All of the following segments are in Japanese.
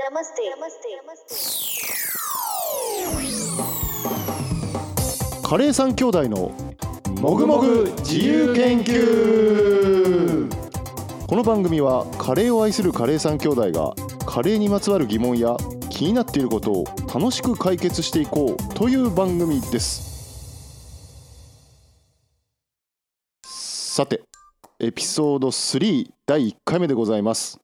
नमस्ते नमस्ते नमस्ते カレー三兄弟のもぐもぐ自由研究この番組はカレーを愛するカレー三兄弟がカレーにまつわる疑問や気になっていることを楽しく解決していこうという番組ですさてエピソード3第1回目でございます、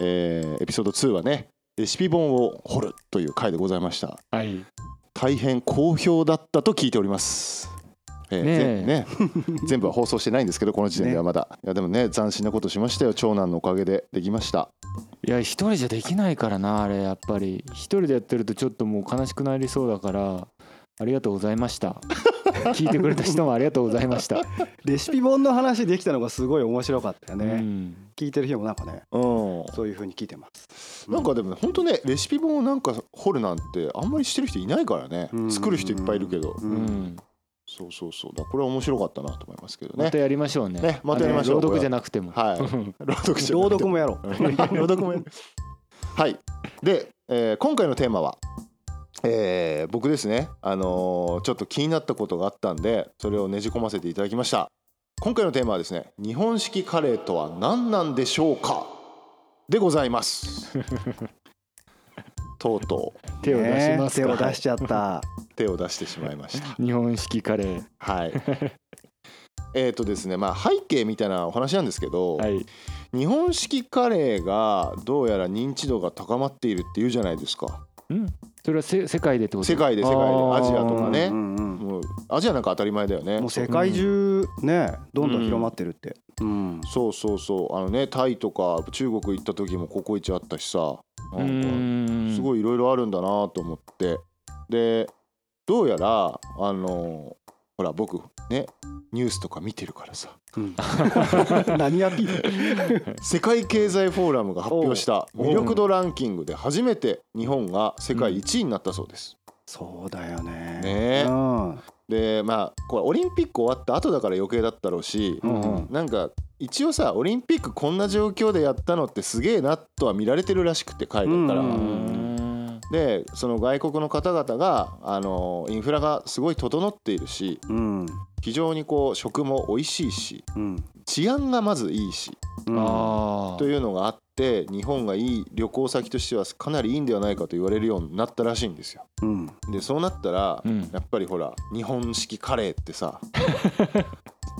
えーエピソード2はねレシピ本を掘るという回でございましたはい、大変好評だったと聞いております。えーぜねねえ 全部は放送してないんですけどこの時点ではまだ、いやでもね斬新なことしましたよ長男のおかげでできましたいや一人じゃできないからなあれやっぱり一人でやってるとちょっともう悲しくなりそうだからありがとうございました聞いてくれた人もありがとうございました、レシピ本の話できたのがすごい面白かったようね、ん、聞いてる人もなんかねうんそういう風に聞いてますなんかでも本当ねレシピ本をなんか掘るなんてあんまりしてる人いないからねうん作る人いっぱいいるけどううんん、そうそうそうだからこれは面白かったなと思いますけどまねたやりましょうねねまたやりましょうあの朗読じゃなくてもはい朗読じゃな朗くて読もやろ朗う 読もやるはいで、えー今回のテーマは、えー僕ですね、あのーちょっと気になったことがあったんでそれをねじ込ませていただきました今回のテーマはですね「日本式カレーとは何なんでしょうか?」でございます とうとう手を出しますねか、手を出しちゃった手を出してしまいま した日本式カレーはいえっとですねまあ背景みたいなお話なんですけど、はい日本式カレーがどうやら認知度が高まっているっていうじゃないですかそれはせ世界でってこと世界で世界であーアジアとかねうんうんもうアジアなんか当たり前だよねうんもう世界中ねどんどん広まってるって、うんそうそうそうあのねタイとか中国行った時もココイチあったしさうなんかんすごいいろいろあるんだなと思ってでどうやらあのほら僕ねニュースとか見てるからさ何アピール世界経済フォーラムが発表したおう魅力度ランキングで初めて日本が世界1位になったそうです。そうだよねねえうんでまあこれオリンピック終わった後だから余計だったろうし、うんうんなんか一応さオリンピックこんな状況でやったのってすげえなとは見られてるらしくて海外からは。うんううんでその外国の方々があのインフラがすごい整っているしうん非常にこう食も美味しいしうん治安がまずいいしあああというのがあって日本がいい旅行先としてはかなりいいんではないかと言われるようになったらしいんですよ。うんでそうなったら、うんやっぱりほら日本式カレーってさ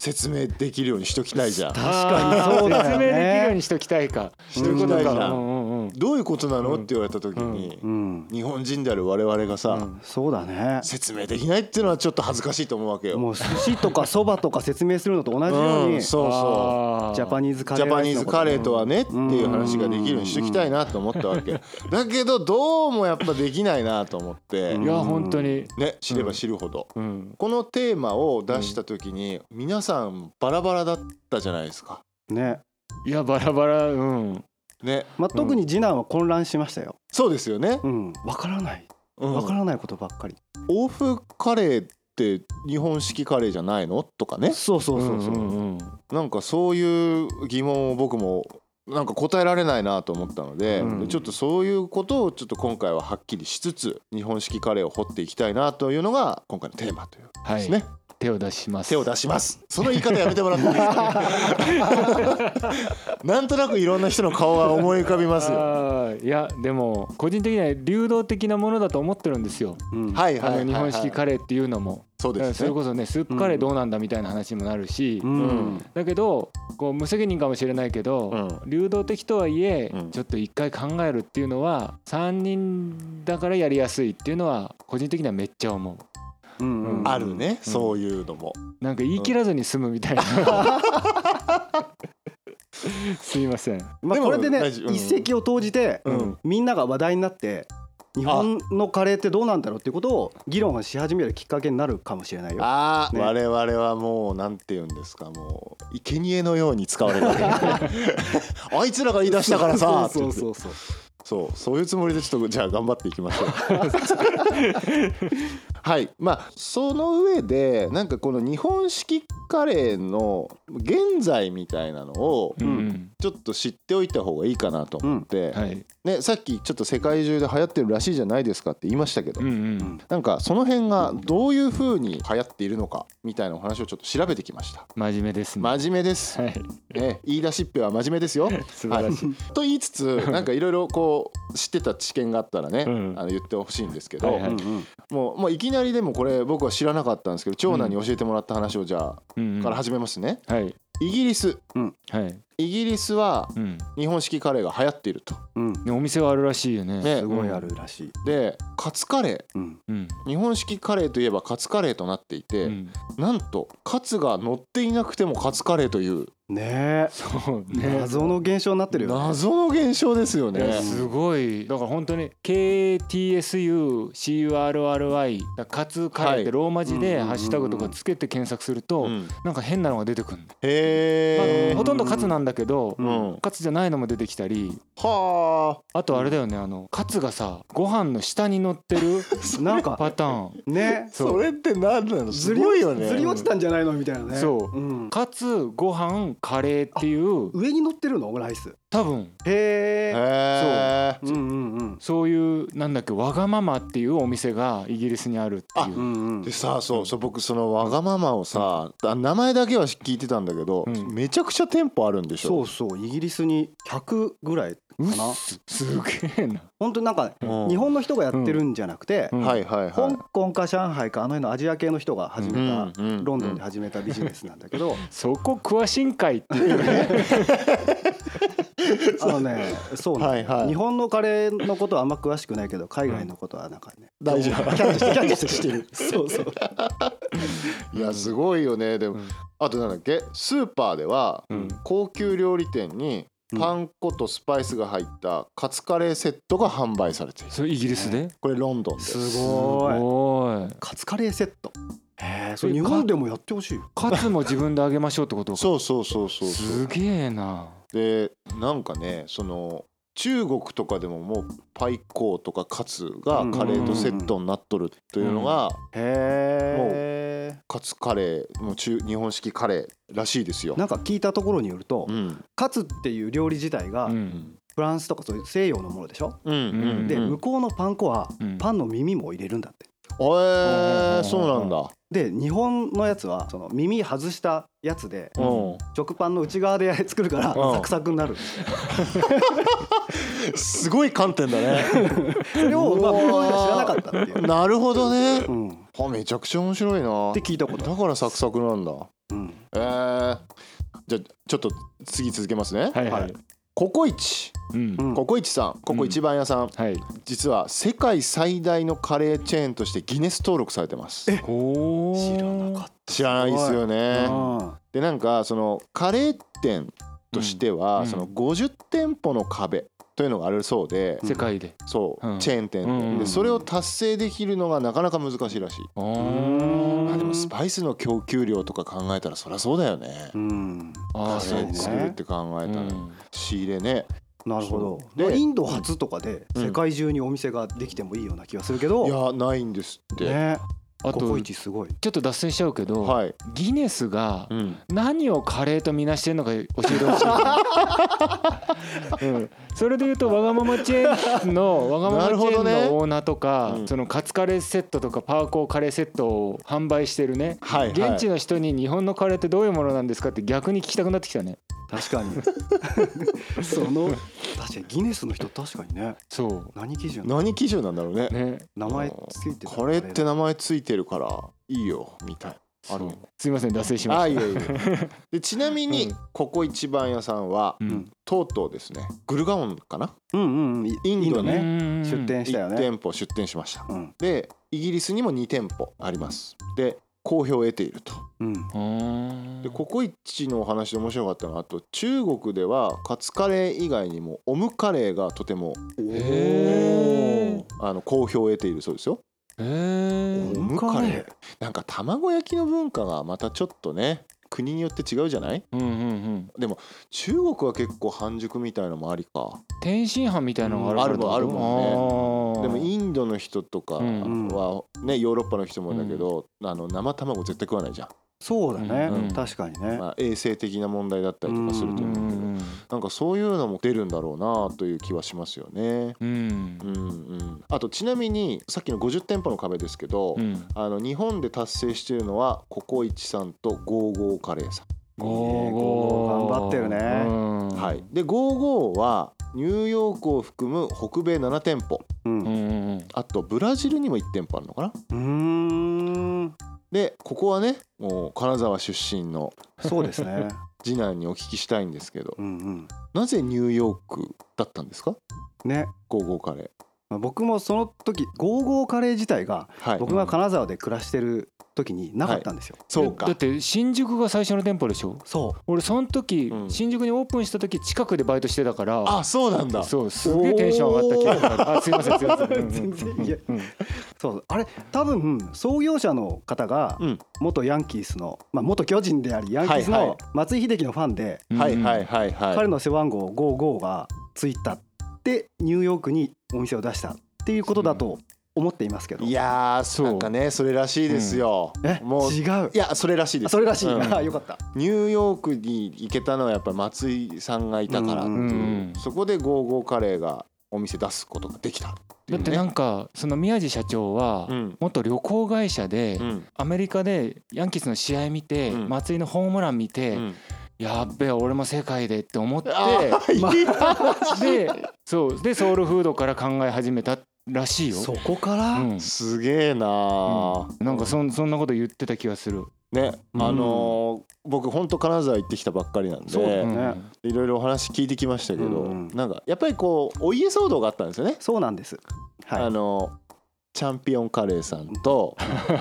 説明できるようにしときたいじゃん。確かにそうだよね説明できるようにしときたいかしときたいじうゃん。んうんうんどういうことなのって言われた時に、うん日本人である我々がさ、うんそうだね説明できないっていうのはちょっと恥ずかしいと思うわけよ。もう寿司とかそばとか説明するのと同じように、うんそうそジャパニニーズう。カジレーャパニーズカレーとはねってうんいう話ができるようにしときたいなと思ったわけ。だけどどうもやっぱできないなと思って、ういんや本当にね知れば知るほど。うんこのテーマを出した時に皆さんバラバラだったじゃないですか。ね、いやバラバラうんね、まあ、特に次男は混乱しましたよ。そうですよね。うん、わからない、うんわからないことばっかり。欧風カレーって日本式カレーじゃないのとかねそうそうそうそう。んんんなんかそういう疑問を僕もなんか答えられないなと思ったので,で、うんちょっとそういうことをちょっと今回ははっきりしつつ日本式カレーを掘っていきたいなというのが今回のテーマというこはとですいね、手を出します手を出しますその言い方やめてもらっていいですか なんとなくいろんな人の顔が思い浮かびますよあーいやでも個人的には流動的なものだと思ってるんですようんはいはいあはい、はのい、日本式カレーっていうのもそうだからですそねれこそねスープカレーどうなんだみたいな話にもなるしうん、だけどこう無責任かもしれないけど流動的とはいえうんちょっと一回考えるっていうのは3人だからやりやすいっていうのは個人的にはめっちゃ思ううん、うんある。ね、そういうのもなんか言い切らずに済むみたいな、すいませんまあ、でもこれでね、大事うん一石を投じて、うんみんなが話題になって。日本のカレーってどうなんだろうっていうことを議論をし始めるきっかけになるかもしれないよ。ああ、ね我々はもうなんて言うんですかもう生贄のように使われる わけあいつらが言い出したからさそうって言ってそうそうそう。 そうそういうつもりでちょっとじゃあ頑張っていきましょうはいまあその上でなんかこの日本式カレーの現在みたいなのをうんうんちょっと知っておいた方がいいかなと思って、はいね、さっきちょっと世界中で流行ってるらしいじゃないですかって言いましたけど、うんうんうんなんかその辺がどういう風に流行っているのかみたいなお話をちょっと調べてきました真面目ですね真面目です、はいね、言い出しっぺは真面目ですよ素晴らしいと言いつつなんかいろいろこう知ってた知見があったらね、うんあの言ってほしいんですけど、はいはいうんもうもういきなりでもこれ僕は知らなかったんですけど長男に教えてもらった話をじゃあ、うんうんから始めますねはいイギリスはいイギリスはうん日本式カレーが流行っているとうんねお店はあるらしいよねねすごいあるらしい。でカツカレーうんうん日本式カレーといえばカツカレーとなっていて、うんなんとカツが乗っていなくてもカツカレーというねそうえね謎の現象になってるよね。謎の現象ですよいやね。すごいだから本当に KTSUCURRY だからカツカレーっはていローマ字でうんうんうんうんハッシュタグとかつけて検索すると、うんなんか変なのが出てくるの、へまあーほとんどカツなんだけど、うんカツじゃないのも出てきたりはあとあれだよねあのカツがさご飯の下に乗ってるなんかパターンねあ。それって何なのすずりご落いちよね。ずり落ちたんじゃないのみたいなね。そううんカツご飯カレーっていう上に乗ってるのライス。多分へえ。へーうんうんうん。そういうなんだっけわがままっていうお店がイギリスにあるっていうう。んうんで。さそうそう僕そのわがままをさ、あ名前だけは聞いてたんだけど、うんめちゃくちゃ店舗あるんでしそょうそうイギリスに100ぐらいかうっな。すすげえな。本当になんかうん日本の人がやってるんじゃなくて、うんはいはいはい香港か上海かあの辺のアジア系の人が始めた、うんうんロンドンで始めたビジネスなんだけど、そこ詳しいんかいっていうね。あのねそうなんだよはいはい日本のカレーのことはあんま詳しくないけど海外のことはなんかね、大丈夫キャッチしてキャッチしてしてるそうそういやすごいよねでも、うんあとなんだっけスーパーではうん高級料理店にパン粉とスパイスが入ったカツカレーセットが販売されているそれイギリスで。これロンドンですすごいおい。カツカレーセットへえそれ日本でもやってほしいよカツも自分であげましょうってこと か。そうそうそうそうそうすげえな。でなんかねその中国とかでももうパイコーとかカツがカレーとセットになっとるというのがへえカツカレーもう中日本式カレーらしいですよ。なんか聞いたところによると、うんカツっていう料理自体がうん。フランスとかそういう西洋のものでしょ、うんうんうんで向こうのパン粉はうんパンの耳も入れるんだってえー、そうなんだ。で日本のやつはその耳外したやつでうん、食パンの内側で作るからうんサクサクになるすごい観点だね。それをまあ向こうには知らなかったっていう、 なるほどね。うん、っあめちゃくちゃ面白いなて。聞いたことあだからサクサクなんだ。る、うん、えー、じゃあちょっと次続けますね。はいはい。ココイチ、うんうんココイチさん、ココ一番屋さん、はい。実は世界最大のカレーチェーンとしてギネス登録されてますおお。知らなかっ知らないですよた、ねうでなんかそのカレー店としては、うんその50店舗の壁というのがあるそうで、世界で。そう、うんチェーン店で,、うんでそれを達成できるのがなかなか難しいらしい、あうんまあでーもスパイスの供給量とか考えたらそりゃそうだよね、ん、あー。カそレうーか作るって考えたら、うん仕入れねなるほどそうまあでインド初とかでうん世界中にお店ができてもいいような気がするけいど、やないんですって、ね、あコとコイちチすごいょっと脱線しちゃうけど、はい、ギネスがうん、何をカレーとみなしてんのか教えてほしい、うん、 それで言うとわがままチェーンのわがままチェーンなるほどねのオーナーとか、うんそのカツカレーセットとかパーコーカレーセットを販売してるねはいはい現地の人に日本のカレーってどういうものなんですかって逆に聞きたくなってきたね確かに その確かにギネスの人確かにねそ何基準何基準なんだろうねうね名前ついてたカレーって名前ついてるからいいよみたいなあそうのすいません脱線しあまいしえいたえでちなみにここ一番屋さんはううんんとうとうですねグルガオンかなうんうんうんインドねうん出店したよ1ね店舗出店しましたうんでイギリスにも2店舗ありますで好評を得ているとうんうんでココイチのお話で面白かったのはあと中国ではカツカレー以外にもオムカレーがとてもへーあの好評を得ているそうですよへーオムカレーなんか卵焼きの文化がまたちょっとね国によって違うじゃないうんうんうん中国は結構半熟みたいのもありか天津飯みたいなのがあるうんあるもんでもインドの人とかうんはねヨーロッパの人もだけど、あの生卵絶対食わないじゃん、そうだね、うん確かにね、まあ、衛生的な問題だったりとかするとう思うけど、んなんかそういうのも出るんだろうなという気はしますよね。うんうんうんうん、あとちなみにさっきの50店舗の壁ですけど、うんあの日本で達成しているのはココイチさんとゴーゴーカレーさん。ゴーゴー頑張ってるねうんはい、でゴーゴーはニューヨークを含む北米7店舗ううんんうんうんあとブラジルにも1店舗あるのかなうーんでここはねもう金沢出身のそうで すね次男にお聞きしたいんですけどうんうんなぜニューヨークだったんですかねゴーゴーカレまあ僕もその時ゴーゴーカレー自体がーはい僕が金沢で暮らしてる時になかったんですよ、そうかだって新宿が最初の店舗でしょそう俺その時、うん新宿にオープンした時近くでバイトしてたからあそうなんだそうすげえテンション上がった記憶があるあすいませんすい ませんうんうん全然いやうんうんそうあれ多分創業者の方がうん元ヤンキースの、まあ、元巨人でありヤンキースはいはいの松井秀喜のファンで、はいはいはいはい彼の背番号55がついたでニューヨークにお店を出したっていうことだと思っていますけど、いやーそうなんかねそれらしいですよ、えもうい違うやそれらしいであすそれらしい、うんあよかったニューヨークに行けたのはやっぱり松井さんがいたからっていう、うんうんそこでゴーゴーカレーがお店出すことができたっていう、だっね、てなんかその宮地社長はうん元旅行会社でうんアメリカでヤンキースの試合見てうん松井のホームラン見うてん、やっべえ俺も世界でって思ってあーいいでそうでソウルフードから考え始めたらしいよそこから、う んすげえなー、なんかそんそんなこと言ってた気がするねうんあのー僕本当金沢行ってきたばっかりなんそうだでねうんいろいろお話聞いてきましたけど、うんうんなんかやっぱりこうお家騒動があったんですよね、そうなんです、はい、あのーチャンピオンカレーさんと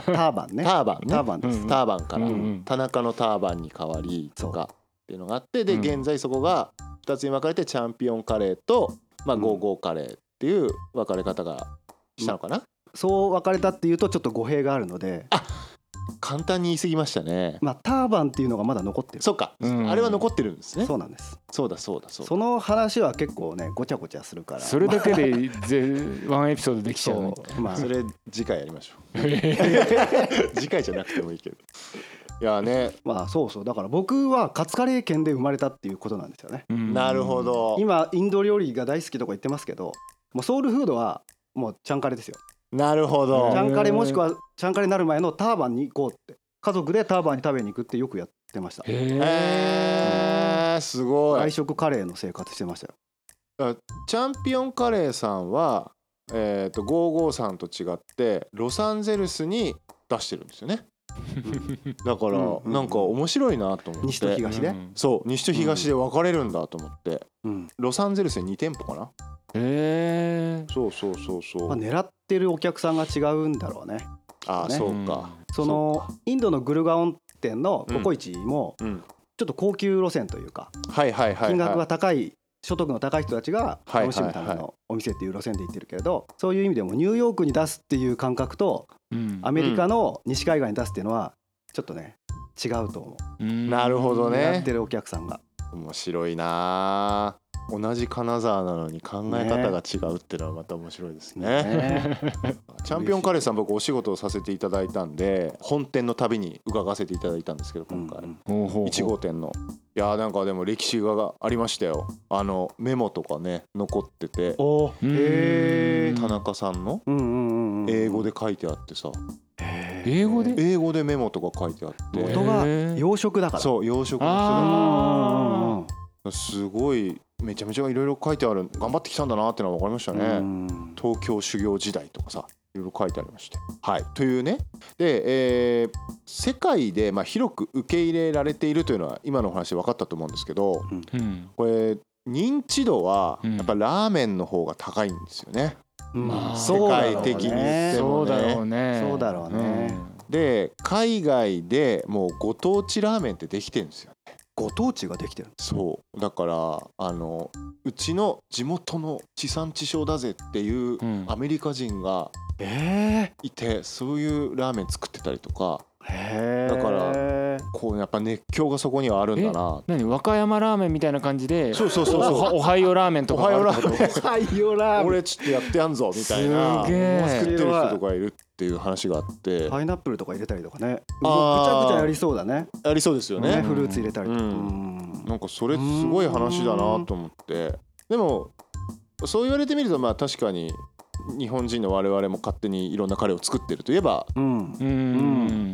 ターバンねターバンねターバンです、うんターバンからうんうん田中のターバンに変わりとかっていうのがあってでうん現在そこが2つに分かれてチャンピオンカレーとまあうんゴーゴーカレーっていう分かれ方がしたのかなそう別れたっていうとちょっと語弊があるので簡単に言い過ぎましたねまあターバンっていうのがまだ残ってるそっかうんあれは残ってるんですねそうなんですそうだそうだそうだその話は結構ねごちゃごちゃするからそれだけでぜワンエピソードできちゃうねそうまあそれ次回やりましょう 次回じゃなくてもいいけどいやね まあそうそうだから僕はカツカレー圏で生まれたっていうことなんですよねうんなるほど今インド料理が大好きとか言ってますけどもうソウルフードはもうチャンカレですよなるほチうんどャンカレもしくはチャンカレになる前のターバンに行こうって家族でターバンに食べに行くってよくやってましたへへえーすごい外食カレーの生活してましたよチャンピオンカレーさんは、えー、と55さんと違ってロサンゼルスに出してるんです よねだから、うんうんなんか面白いなと思って西と東で、そう西と東で分かれるんだと思って、うんロサンゼルスに2店舗かなへえそうそうそうそう、まあ、狙ってるお客さんが違うんだろうねああねそうか、そのインドのグルガオン店のココイチもうんうんちょっと高級路線というかはいはいはい、はい、金額が高い所得の高い人たちがはいはい楽しむためのお店っていう路線で行ってるけれどそういう意味でもニューヨークに出すっていう感覚とアメリカの西海岸に出すっていうのはちょっとね違うと思うなるほどね狙ってるお客さんが面白いな同じ金沢なのに考え方が違うってのはまた面白いですねねチャンピオンカレーさん僕お仕事をさせていただいたんで本店の旅に伺わせていただいたんですけど今回、1 1号店のいやーなんかでも歴史がありましたよあのメモとかね残ってておへえ田中さんのうんうんうんうん英語で書いてあってさ英語で英語でメモとか書いてあって元が洋食だからそう洋食うんうのんうん人すごいめちゃめちゃいろいろ書いてある頑張ってきたんだなってのは分かりましたね、うん東京修行時代とかさいろいろ書いてありまして。はい、というねで、えー世界でまあ広く受け入れられているというのは今のお話で分かったと思うんですけどうんこれ認知度はうんやっぱラーメンの方が高いんですよね。うんまあ世そうだろう界的に言ねってそもうだろうね。ねそうだろうねで海外でもうご当地ラーメンってできてるんですよ。ご当地ができてるそうだからあのうちの地元の地産地消だぜっていううんアメリカ人がえいてそういうラーメン作ってたりとかえ だからこうやっぱ熱狂がそこにはあるんだな何和歌山ラーメンみたいな感じでそうそうそうおはそうおはようラーメンとおかはようラがあるーメンはいよラーメン俺ちょっとやってやんぞみたいなすげえ作ってる人とかいるっていう話があってパイナップルとか入れたりとかねぐちあーゃぐちゃやりそうだねありそうですよねねうんフルーツ入れたりとか、ううんんなんかそれすごい話だなと思ってでもそう言われてみるとまあ確かに日本人の我々も勝手にいろんなカレーを作ってるといえばうんう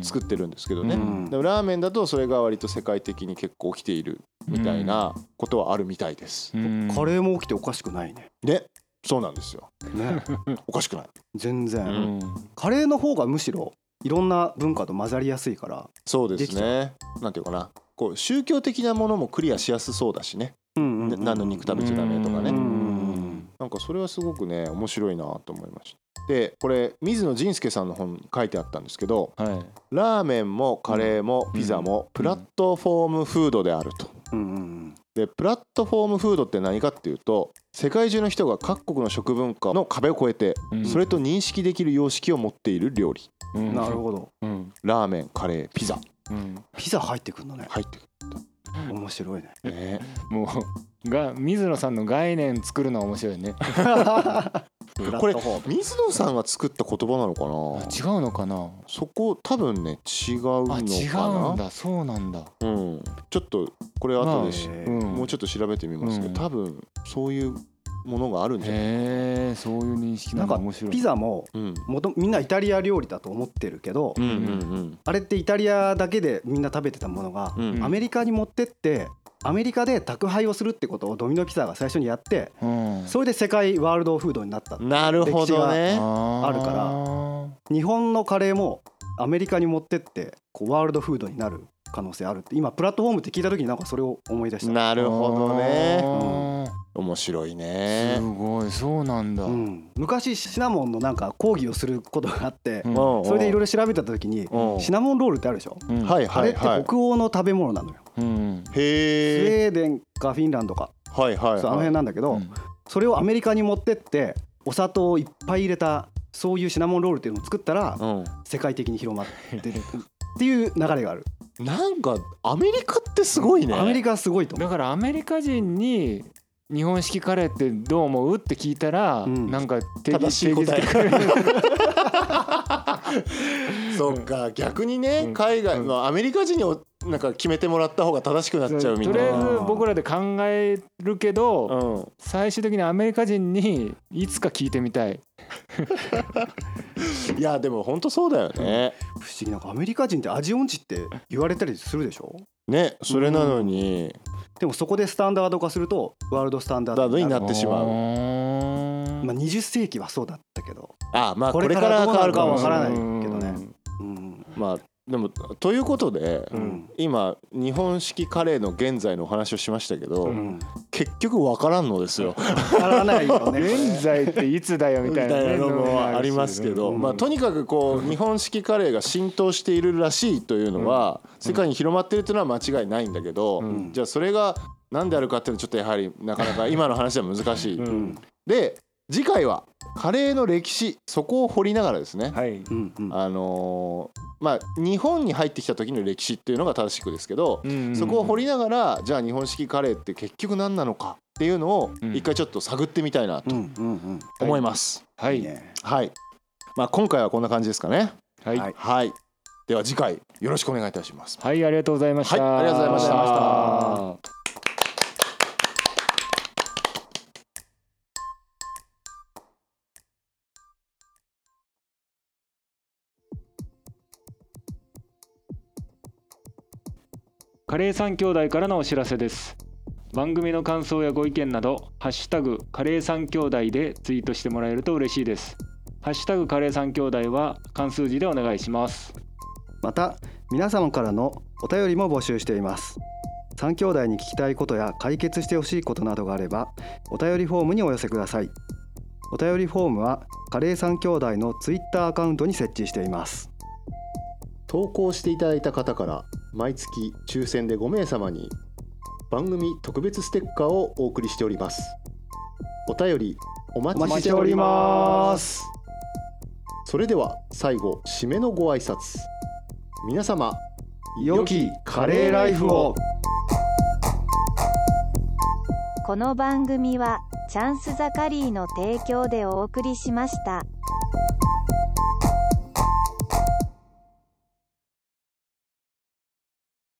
ん作ってるんですけどね、うんでもラーメンだとそれが割と世界的に結構起きているみたいなことはあるみたいです。うんカレーも起きておかしくないねねそうなんですよねおかしくない全然、うんカレーの方がむしろいろんな文化と混ざりやすいから、そうでですきねなんていうかなこう宗教的なものもクリアしやすそうだしね、うんな何の肉食うんべちゃダメとかね、うんなんかそれはすごくね面白いなと思いましたでこれ水野仁介さんの本に書いてあったんですけどはいラーメンもカレーもピザもプラットフォームフードであると。うんうんでプラットフォームフードって何かっていうと世界中の人が各国の食文化の壁を越えてうんそれと認識できる様式を持っている料理うんなるほどうんラーメンカレーピザうんピザ入ってくるのね入ってく面白いねるねもうが水野さんの概念作るのは面白いねこれプラットフォーム水野さんが作った言葉なのかあな違うのかなそこ多分ね違うのあか違なうんだそうなんだうん、ちょっとこれ後でし、まあうんもうちょっと調べてみますけど、うん多分そういうものがあるんじゃない、へえそういう認識ななんんだか面白いピザもうんもとみんなイタリア料理だと思ってるけど、うんうんあれってイタリアだけでみんな食べてたものが、うんうんアメリカに持ってってアメリカで宅配をするってことをドミノピザが最初にやってうんそれで世界ワールドフードになったなるほどねああるからら日本のカレーもアメリカに持ってってこうワールドフードになる可能性あるって今プラットフォームって聞いた時になんかそれを思い出したなるほどねね面白いすねごいそうなんだうん、昔シナモンのなんか講義をすることがあって、うんうんうんそれでいろいろ調べた時にうんシナモンロールってあるでしょ、うんはいあはれいってはい北欧の食べ物なのよ、うんスウへえェーデンかフィンランドか、はいはいそうあの辺はなんだけど、うんそれをアメリカに持ってってお砂糖をいっぱい入れたそういうシナモンロールっていうのを作ったらいうん世界的に広まってるっていう流れがある、なんかアメリカってすごいねアメリカはすごいと思うだからアメリカ人に日本式カレーってどう思うって聞いたら、うんなんか定正しい答え定義づけそっか逆にね、うん海外のアメリカ人におなんか決めてもらった方が正しくなっちゃう みたといりあえなず僕らで考えるけど、うん最終的にアメリカ人にいつか聞いてみたいいやでも本当そうだよね、不思議なんかアメリカ人って味音痴って言われたりするでしょねそれなのに、でもそこでスタンダード化するとワールドスタンダードなってしまううまあ、20世紀はそうだったけど、あまあここれれかから変らどうわなるるかかもわしかれらなないいけけどどねねうん、まあでもということで、うん今日本式カレーの現在のお話をしましたけど、うん、結局わからんのですよ、わからないよね現在っていつだよみみたたいいなね、なのもありますけど、うんまあ、とにかくこう日本式カレーが浸透しているらしいというのは、世界に広まってるというのは間違いないんだけど、うんじゃあそれが何であるかっていうのはちょっとやはりなかなか今の話では難しい。ううんんで次回はカレーの歴史そこを掘りながらですね、はいうんうんあのーまあ、日本に入ってきた時の歴史っていうのが正しくですけど、そこを掘りながらじゃあ日本式カレーって結局何なのかっていうのをうん一回ちょっと探ってみたいなうとんうん思います。はうん、いいいねはい、まあ、今回はこんな感じですかね。はいはいはい、では次回よろしくお願いいたします。はいありがとうございました、はいありがとうございましたカレー三兄弟からのお知らせです番組の感想やご意見などハッシュタグカレー三兄弟でツイートしてもらえると嬉しいですハッシュタグカレー三兄弟は漢数字でお願いしますまた皆様からのお便りも募集しています三兄弟に聞きたいことや解決してほしいことなどがあればお便りフォームにお寄せくださいお便りフォームはカレー三兄弟のツイッターアカウントに設置しています投稿していただいた方から毎月抽選で5名様に番組特別ステッカーをお送りしておりますお便りおお待待ちしておりますそれでは最後締めのご挨拶皆様良きカレーライフをこの番組はチャンスザカリーの提供でお送りしました。